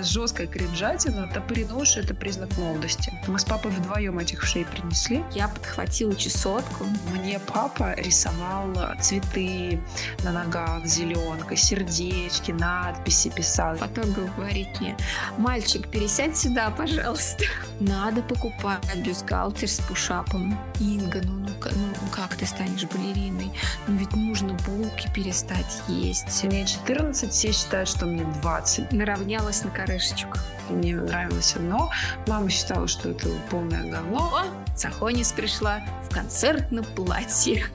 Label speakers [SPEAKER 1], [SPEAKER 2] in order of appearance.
[SPEAKER 1] жесткая кринжатина, топоренушь – это признак молодости. Мы с папой вдвоем этих вшей принесли.
[SPEAKER 2] Я подхватила чесотку.
[SPEAKER 1] Мне папа рисовал цветы на ногах, зеленка, сердечки, надписи писал.
[SPEAKER 2] Фотограф говорит мне, мальчик, пересядь сюда, пожалуйста. Надо покупать бюстгальтер с пушапом. Инга, ну, ну, ну как ты станешь балериной? Ну ведь нужно булки перестать есть.
[SPEAKER 1] Мне 14, все считают, что мне 20.
[SPEAKER 2] Наравнялась на корешечку.
[SPEAKER 1] Мне нравилось одно. Мама считала, что это полное говно.
[SPEAKER 2] О, Сахонис пришла в концертном платье.